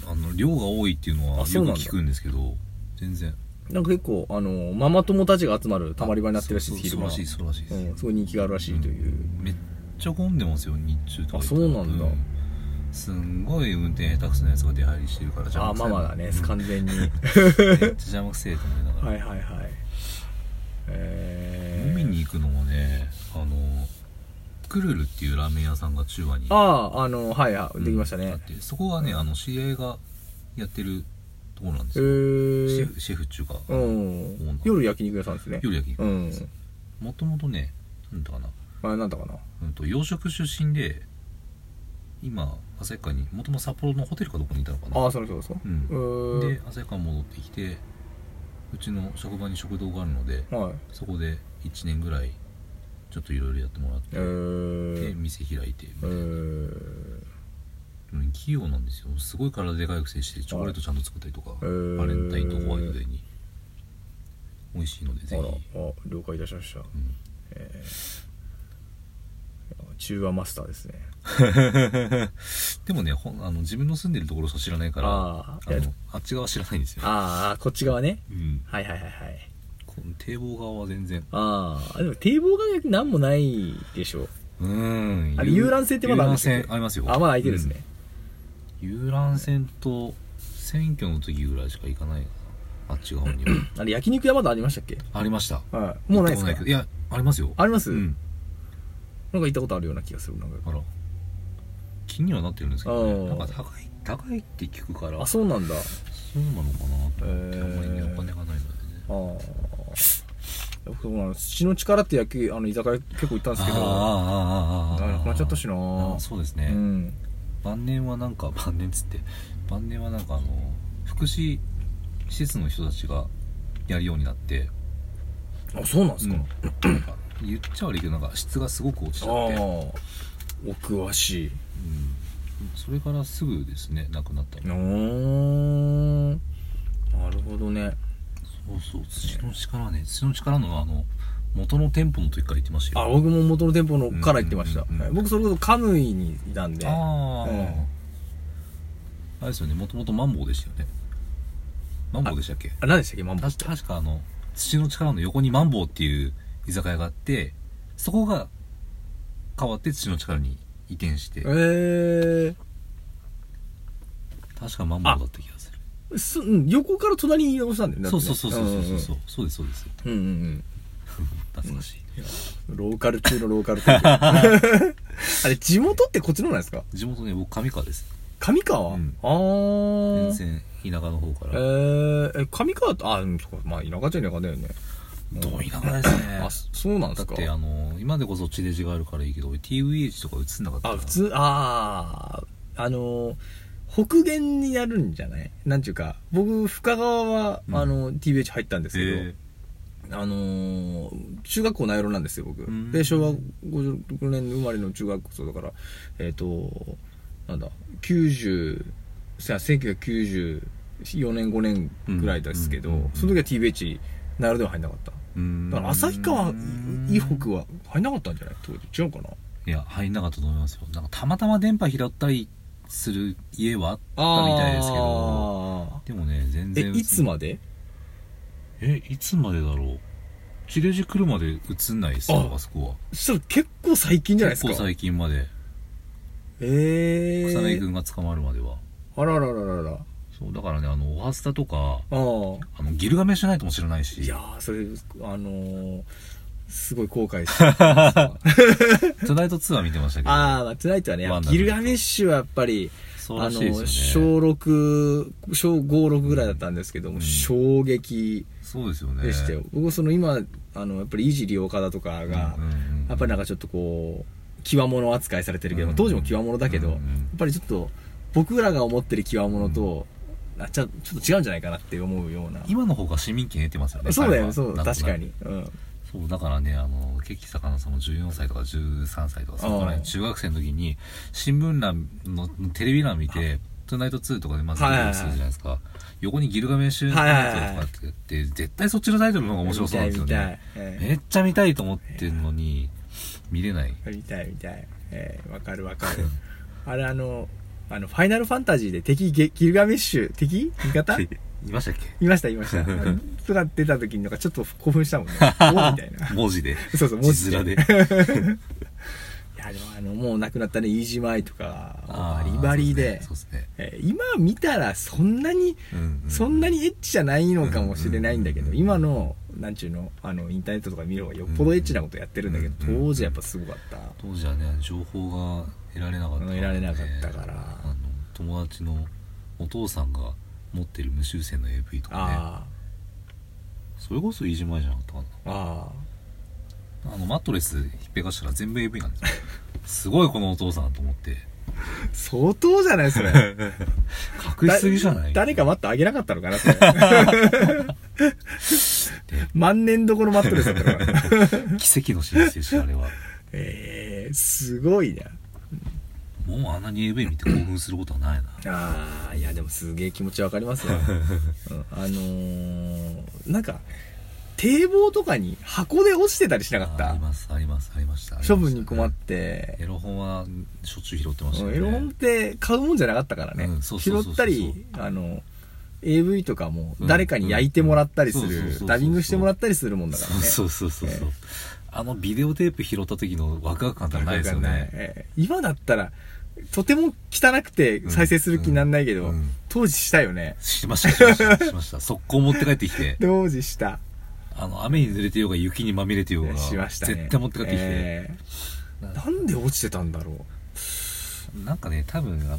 Speaker 2: 全あの量が多いっていうのは
Speaker 1: あそ
Speaker 2: よ
Speaker 1: う
Speaker 2: く
Speaker 1: なんだ
Speaker 2: 聞くんですけど全然
Speaker 1: なんか結構あのママ友たちが集まるたまり場になってるらしいです
Speaker 2: そうそうそうらしいそうらしいです、
Speaker 1: うん、すごい人気があるらしいという、
Speaker 2: めっちゃ混んでますよ日中とか
Speaker 1: あそうなんだ
Speaker 2: すんごい運転下手くそなやつが出入りしてるから邪
Speaker 1: あ
Speaker 2: 魔
Speaker 1: あ
Speaker 2: く
Speaker 1: マ
Speaker 2: せえな
Speaker 1: マだね
Speaker 2: うん
Speaker 1: 完全
Speaker 2: (laughs)
Speaker 1: に
Speaker 2: めっちゃ邪魔くせえと思いながら、
Speaker 1: はいはいはいえー、
Speaker 2: 飲みに行くのもねあのクルルっていうラーメン屋さんが中和に
Speaker 1: あああのはいは
Speaker 2: うん
Speaker 1: いできましたね、
Speaker 2: あってそこがねあの知り合いがやってるところなんです
Speaker 1: へえ
Speaker 2: よ、シェフシェフっていうか、
Speaker 1: うん夜焼肉屋さんですね
Speaker 2: 夜焼き
Speaker 1: うん
Speaker 2: もともとねなんだかな、
Speaker 1: あれなんだかな
Speaker 2: うん、と養殖出身で今旭川にもともと札幌のホテルかどこにいたのかな
Speaker 1: ああその人ですか
Speaker 2: う
Speaker 1: うんん
Speaker 2: で旭川戻ってきてうちの職場に食堂があるので
Speaker 1: はい
Speaker 2: そこで1年ぐらいちょっといろいろやってもらっ
Speaker 1: え
Speaker 2: て、で
Speaker 1: ー、
Speaker 2: 店開いてみ
Speaker 1: え
Speaker 2: たいな、
Speaker 1: ー、
Speaker 2: うん器用なんですよすごい体でかいくせにしてチョコレートちゃんと作ったりとか、
Speaker 1: ー
Speaker 2: バレンタインとホワイトデーに美味しいので
Speaker 1: あ
Speaker 2: ぜ
Speaker 1: ら
Speaker 2: ひ、
Speaker 1: あ了解いたしました
Speaker 2: うん
Speaker 1: 中和マスターですね
Speaker 2: (laughs) でもねほんあの自分の住んでるところしか知らないから
Speaker 1: あー
Speaker 2: あ
Speaker 1: いや
Speaker 2: のあっち側知らないんですよ、
Speaker 1: ああこっち側ね
Speaker 2: うん、
Speaker 1: はいはいはいはい
Speaker 2: この堤防側は全然
Speaker 1: ああでも堤防が何もないでしょう
Speaker 2: うーん
Speaker 1: あれ遊覧船ってまだあるんで
Speaker 2: 遊
Speaker 1: す
Speaker 2: 覧船ありますよ
Speaker 1: あまだ空いてるんですね、、
Speaker 2: うん遊覧船と選挙の時ぐらいしか行かないかなあっち側
Speaker 1: (coughs)
Speaker 2: には
Speaker 1: あれ焼肉屋まだありましたっけ
Speaker 2: ありました
Speaker 1: はいもうないですか
Speaker 2: 行ったことけどいやありますよ
Speaker 1: あります
Speaker 2: うん
Speaker 1: なんか行ったことあるような気がするなんか
Speaker 2: あら気にはなってるんですけど
Speaker 1: あ
Speaker 2: ね
Speaker 1: ー
Speaker 2: なんか高い高いって聞くから
Speaker 1: あそうなんだ
Speaker 2: そうなのかなと思って、
Speaker 1: へー
Speaker 2: あんまりねお金がないのでね
Speaker 1: ああ僕もあの土の力って焼きあの居酒屋結構行ったんですけど
Speaker 2: あーあーあーあーあ
Speaker 1: な
Speaker 2: ー
Speaker 1: くなっちゃったしな
Speaker 2: あーそうですね、
Speaker 1: うん
Speaker 2: 晩年はなんか (laughs) 晩年っつって晩年はなんかあの福祉施設の人たちがやるようになって
Speaker 1: あそうなんですか、
Speaker 2: うんなんか言っちゃ悪いけどなんか質がすごく落ちち
Speaker 1: ああ
Speaker 2: ゃって、うん、
Speaker 1: お詳しい
Speaker 2: それからすぐですね亡くなった
Speaker 1: うー
Speaker 2: の
Speaker 1: んなるほどね
Speaker 2: そうそう土の力ね土の力のあの元の店舗の時から言ってました
Speaker 1: あ
Speaker 2: よ
Speaker 1: 僕も元の店舗のから行ってました、
Speaker 2: うんうんうん
Speaker 1: はい僕それこそカムイにいたんであ
Speaker 2: あー、
Speaker 1: ええ
Speaker 2: あれですよねもともとマンボウでしたよねマンボウでしたっけ
Speaker 1: 何でしたっけマンボウ
Speaker 2: 確確かあの土の力の横にマンボウっていう居酒屋があってそこが変わって土の力に移転して
Speaker 1: え
Speaker 2: 確かマンボウだった気がする
Speaker 1: えー、すうん横から隣に移動したんだよね
Speaker 2: そうそうそうそうそうそうそううそうですそうです
Speaker 1: うんうんうん
Speaker 2: (laughs) 懐かしい、
Speaker 1: ローカル中のローカルっていう
Speaker 2: (laughs)
Speaker 1: あれ地元ってこっちの方なんですか
Speaker 2: 地元ね僕上川です
Speaker 1: 上川、
Speaker 2: うん
Speaker 1: あー
Speaker 2: 全然田舎の方か
Speaker 1: え
Speaker 2: ら、
Speaker 1: ー、え上川ってあうんそっかまあ田舎じゃ田舎だよね、
Speaker 2: どう田舎ですね
Speaker 1: あそうなんです
Speaker 2: だっ
Speaker 1: か
Speaker 2: てあの今でこそ地デジがあるからいいけど俺 TVH とか映んなかった
Speaker 1: あ、普通、ああ、あのー、北限になるんじゃないなんていうか、僕、深川は、
Speaker 2: うん
Speaker 1: あの、TBH 入ったんです
Speaker 2: へ
Speaker 1: けど、あのー、中学校内路なんですよ、僕
Speaker 2: うん。
Speaker 1: で、昭和56年生まれの中学校そうだから、えっ、と、なんだ、90、さ1994年、5年ぐらいですけど、
Speaker 2: うんうん
Speaker 1: その時は TBH 内路では入んなかった。
Speaker 2: うーん
Speaker 1: だから、旭川以北
Speaker 2: い
Speaker 1: は入んなかったんじゃない当時。違うかな
Speaker 2: や入んなかったと思いますよなんかたまたま電波拾ったりする家はあったみたいですけど
Speaker 1: あー
Speaker 2: でもね全
Speaker 1: え
Speaker 2: 然
Speaker 1: いつまで
Speaker 2: えいつまでだろう地デジ来るまで映んないですよ
Speaker 1: あ
Speaker 2: あそこは
Speaker 1: そしたら結構最近じゃないです
Speaker 2: 結構
Speaker 1: か
Speaker 2: 最近まで
Speaker 1: ええ
Speaker 2: 草薙
Speaker 1: ー、
Speaker 2: 君が捕まるまでは
Speaker 1: あららららら
Speaker 2: そうだからねあのオハスタとか
Speaker 1: ああ
Speaker 2: あのギルガメッシュナイトも知らないし
Speaker 1: いやー、それ、あのー、すごい後悔
Speaker 2: (laughs)
Speaker 1: してますわ
Speaker 2: トゥナイト2は見てましたけど
Speaker 1: あー、まあ、トゥナイトはね
Speaker 2: ワン、ダー
Speaker 1: ギルガメッシュはやっぱり、
Speaker 2: そう
Speaker 1: あ
Speaker 2: らし
Speaker 1: の
Speaker 2: いですよね、
Speaker 1: ー、小6、小5、6ぐらいだったんですけども、
Speaker 2: うん
Speaker 1: 衝撃
Speaker 2: そうですよね
Speaker 1: でしたよ。僕、その今、あの、やっぱり、いじり岡田とかが
Speaker 2: うん、うんうん
Speaker 1: やっぱりなんかちょっとこう、際物扱いされてるけども、
Speaker 2: うん
Speaker 1: 当時も際物だけど、
Speaker 2: うん
Speaker 1: や
Speaker 2: うん
Speaker 1: っぱりちょっと、僕らが思ってる際物と、あちゃちょっと違うんじゃないかなって思うような。
Speaker 2: 今の方が市民権得てますよね
Speaker 1: そうだ
Speaker 2: 彼
Speaker 1: よ、
Speaker 2: は
Speaker 1: そう、
Speaker 2: なんとなく
Speaker 1: 確かに。うん。
Speaker 2: そうだからねあのケーキ魚さんも14歳とか13歳とかそこら
Speaker 1: うん
Speaker 2: 辺中学生の時に新聞欄のテレビ欄見て「トゥナイト2」とかでまず出てするじゃないですか、横に「ギルガメッシュナイト」とかってやって絶対そっちのタイトルの方が面白そうなんですよ
Speaker 1: 見たい
Speaker 2: ね
Speaker 1: 見たいええ
Speaker 2: めっちゃ見たいと思ってるのに見れない
Speaker 1: 見たい見たいえーわ、かるわかる (laughs) あれあのあのファイナルファンタジーで敵ゲギルガメッシュ敵味方
Speaker 2: いましたっけ
Speaker 1: いましたいま
Speaker 2: (laughs)
Speaker 1: したとか出た時になんかちょっと興奮したもんねおーみたいな
Speaker 2: 文字で
Speaker 1: そうそう文字
Speaker 2: 字
Speaker 1: で
Speaker 2: 面で
Speaker 1: いやでもあのもう亡くなったね飯島愛とか (laughs) バ
Speaker 2: あー
Speaker 1: リバリで
Speaker 2: そうですね
Speaker 1: えー今見たらそんなに
Speaker 2: そうですねうんう
Speaker 1: そんなにエッチじゃないのかもしれないんだけ
Speaker 2: うん
Speaker 1: ど、
Speaker 2: うん
Speaker 1: 今の、なんちゅうの、あの、インターネットとか見る方がよっぽどエッチなことやってるんだけど、
Speaker 2: うんうん
Speaker 1: 当時やっぱすごかった。
Speaker 2: 当時はね情報が得られなかった
Speaker 1: 得られなかったから
Speaker 2: あの友達のお父さんが持ってる無修正の AV とかね
Speaker 1: あ
Speaker 2: それこそ飯島じゃなかったか
Speaker 1: あ、ああ。
Speaker 2: なあのマットレスひっぺかしたら全部 AV なんですよすごいこのお父さんと思って
Speaker 1: 相当じゃないそれ
Speaker 2: (laughs) 隠しすぎじゃない
Speaker 1: だ誰かマットあげなかったのか
Speaker 2: (laughs)
Speaker 1: なそれ (laughs) 万年どころマットレスだったのかな (laughs)
Speaker 2: 奇跡の真実でしたあれは
Speaker 1: ええすごいな
Speaker 2: もうあんなに AV 見て興奮することはないな
Speaker 1: ああいやでもすげえ気持ちわかります
Speaker 2: (laughs)
Speaker 1: よ、うんあのー、なんか堤防とかに箱で落ちてたりしなかっ
Speaker 2: ああ
Speaker 1: た
Speaker 2: りますありますありました
Speaker 1: 処分に困っ
Speaker 2: ありました
Speaker 1: て、
Speaker 2: エロ本はしょっちゅう拾ってました
Speaker 1: う
Speaker 2: よ
Speaker 1: ん
Speaker 2: ね
Speaker 1: エロ本って買うもんじゃなかったからね
Speaker 2: うんそうそ
Speaker 1: 拾
Speaker 2: うそうそう
Speaker 1: ったりあの AV とかも
Speaker 2: うん
Speaker 1: 誰かに焼いてもらったりす
Speaker 2: うんそうそうそうそ
Speaker 1: る
Speaker 2: う
Speaker 1: ダビングしてもらったりするもんだからね (laughs)
Speaker 2: そうそうそうそうそう、
Speaker 1: ええ
Speaker 2: あのビデオテープ拾った時のワクワク感ってないですよ
Speaker 1: わかんない
Speaker 2: ね
Speaker 1: ええ今だったら、とても汚くて再生する気になんないけど、
Speaker 2: うんうん
Speaker 1: 当時したよね。
Speaker 2: しましたしましたしました (laughs) 速攻持って帰ってきて
Speaker 1: 当時した。
Speaker 2: あの雨に濡れてようが雪にまみれてようが
Speaker 1: しましたね。
Speaker 2: 絶対持って帰ってきて、
Speaker 1: ええなんで落ちてたんだろう。
Speaker 2: なんかね多分あの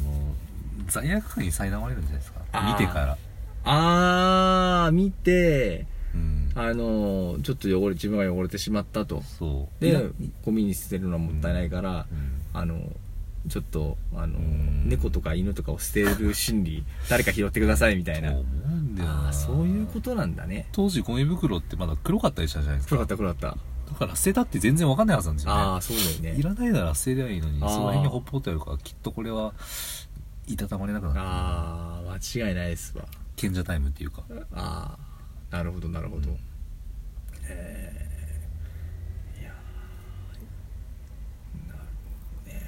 Speaker 2: 罪悪感に苛まれるんじゃないですか
Speaker 1: あー
Speaker 2: 見てから
Speaker 1: あー、見て、
Speaker 2: うん
Speaker 1: あのーちょっと汚れ、自分が汚れてしまったと。
Speaker 2: そう
Speaker 1: で
Speaker 2: いやうん、
Speaker 1: ゴミに捨てるのはもったいないから、あのちょっとあの
Speaker 2: うん
Speaker 1: 猫とか犬とかを捨てる心理誰か拾ってくださいみたいな
Speaker 2: そう思うんだよ
Speaker 1: あ
Speaker 2: な
Speaker 1: あそういうことなんだね
Speaker 2: 当時ゴミ袋ってまだ黒かったりしたじゃないですか
Speaker 1: 黒かった黒かった
Speaker 2: だから捨てたって全然わかんないはずなんですよね
Speaker 1: ああそうだよ
Speaker 2: い
Speaker 1: ね
Speaker 2: らないなら捨てりゃいいのにそ
Speaker 1: あー
Speaker 2: の辺にほっぽってあるからきっとこれはいたたまれなくなる
Speaker 1: ああ間違いないですわ
Speaker 2: 賢者タイムっていうか
Speaker 1: ああなるほどなるほど、
Speaker 2: うん
Speaker 1: えーいやーなるほどね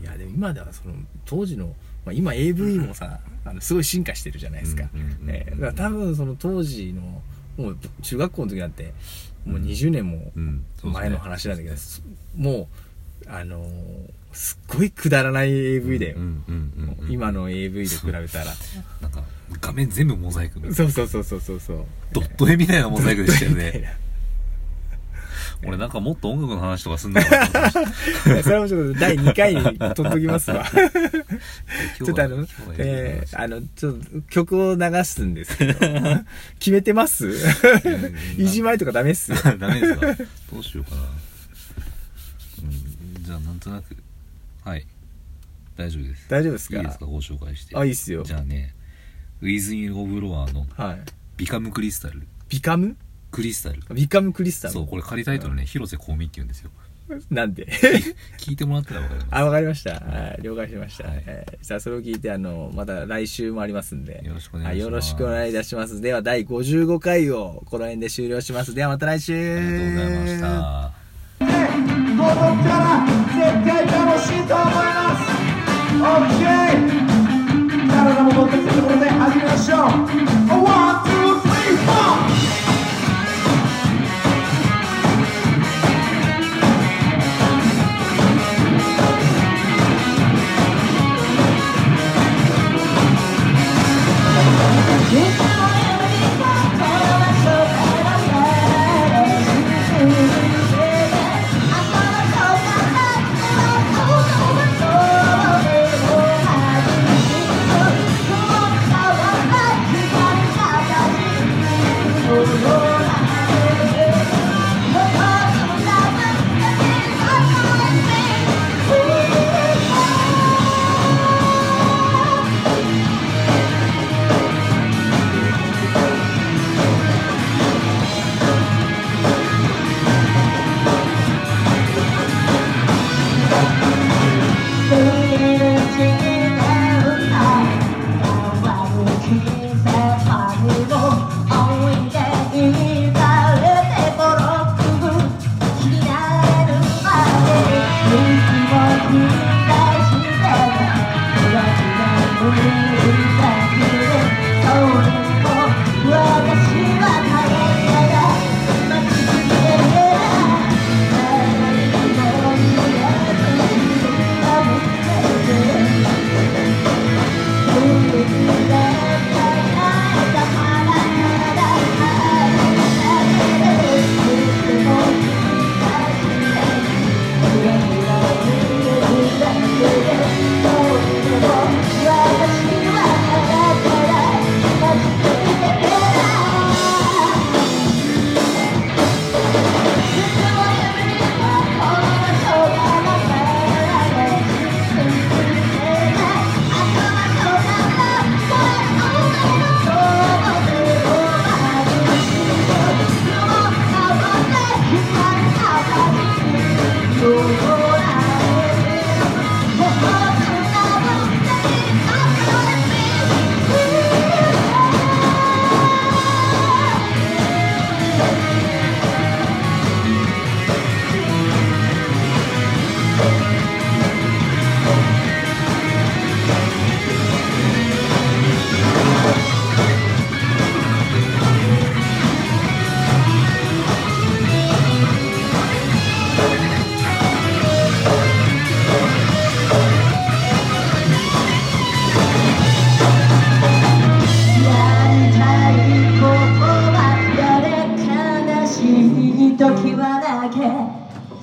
Speaker 1: いやでも今ではその当時の、まあ、今 AV もさ、あのすごい進化してるじゃないですか、
Speaker 2: うんうんうんうん
Speaker 1: ねだから多分その当時のもう中学校の時なんてもう20年も
Speaker 2: うんそうですね
Speaker 1: 前の話なんだけど、もうあのーすっごいくだらない AV だよ、
Speaker 2: うんうんうんうん
Speaker 1: 今の AV と比べたら
Speaker 2: なんか画面全部モザイクみたいな
Speaker 1: そうそうそうそうそうそう
Speaker 2: ドット絵みたいなモザイクでしたよ
Speaker 1: みたい (laughs)
Speaker 2: ね
Speaker 1: な
Speaker 2: 俺なんかもっと音楽の話とかすんのか
Speaker 1: (laughs)
Speaker 2: なと思って
Speaker 1: いやそれもちょっと第2回に取っときますわ (laughs) ちょっとあの
Speaker 2: 今日は今、日は
Speaker 1: えー、あの、ちょっと曲を流すんですけど、 (laughs) 決めてます
Speaker 2: ん
Speaker 1: いじまいとかダメっすよ。
Speaker 2: (laughs) ダメですかどうしようかな、うん、じゃあなんとなくはい大丈夫です
Speaker 1: 大丈夫です
Speaker 2: い
Speaker 1: か
Speaker 2: いですかご紹介して
Speaker 1: あ、いいっすよ
Speaker 2: じ。ゃあねウィズ・イン・オブ・ロアの
Speaker 1: はい。
Speaker 2: 「ビカム・クリスタル
Speaker 1: ビカム」
Speaker 2: クリスタル
Speaker 1: ビカムクリスタ
Speaker 2: そう
Speaker 1: ル。
Speaker 2: これ仮タイトルね広瀬香美って言うんですよ
Speaker 1: なん
Speaker 2: (laughs)
Speaker 1: で
Speaker 2: 聞いてもらったらわかりま
Speaker 1: あ、わかりました。はい了解しました。
Speaker 2: はい
Speaker 1: えー、さあ、それを聞いて、あの、また来週もありますんで。
Speaker 2: よろしくお願いします
Speaker 1: はよろしくお願いいたします。では、第55回をこの辺で終了します。では、また来週
Speaker 2: すありがとうございました
Speaker 3: 子供から絶対楽しいと思います OK 体も戻ってきたところで始めましょう One, two, three, four!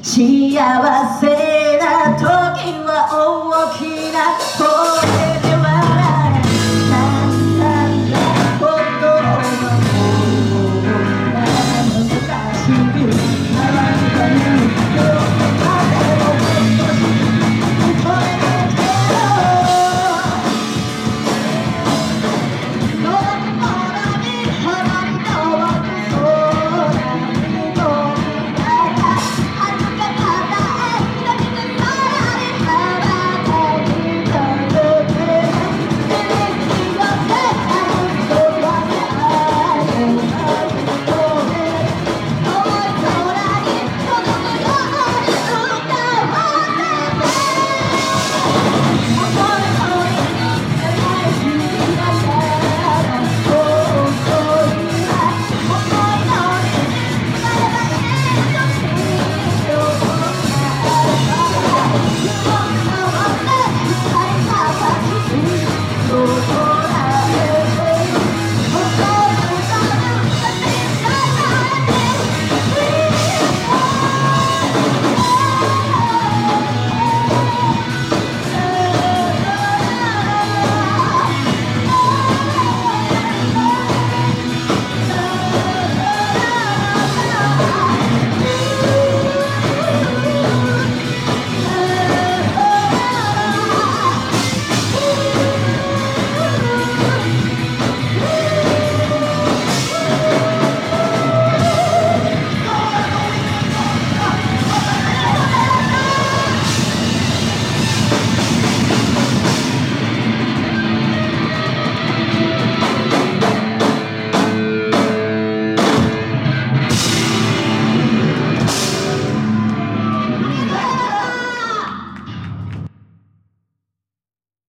Speaker 4: 幸せな時は大きな声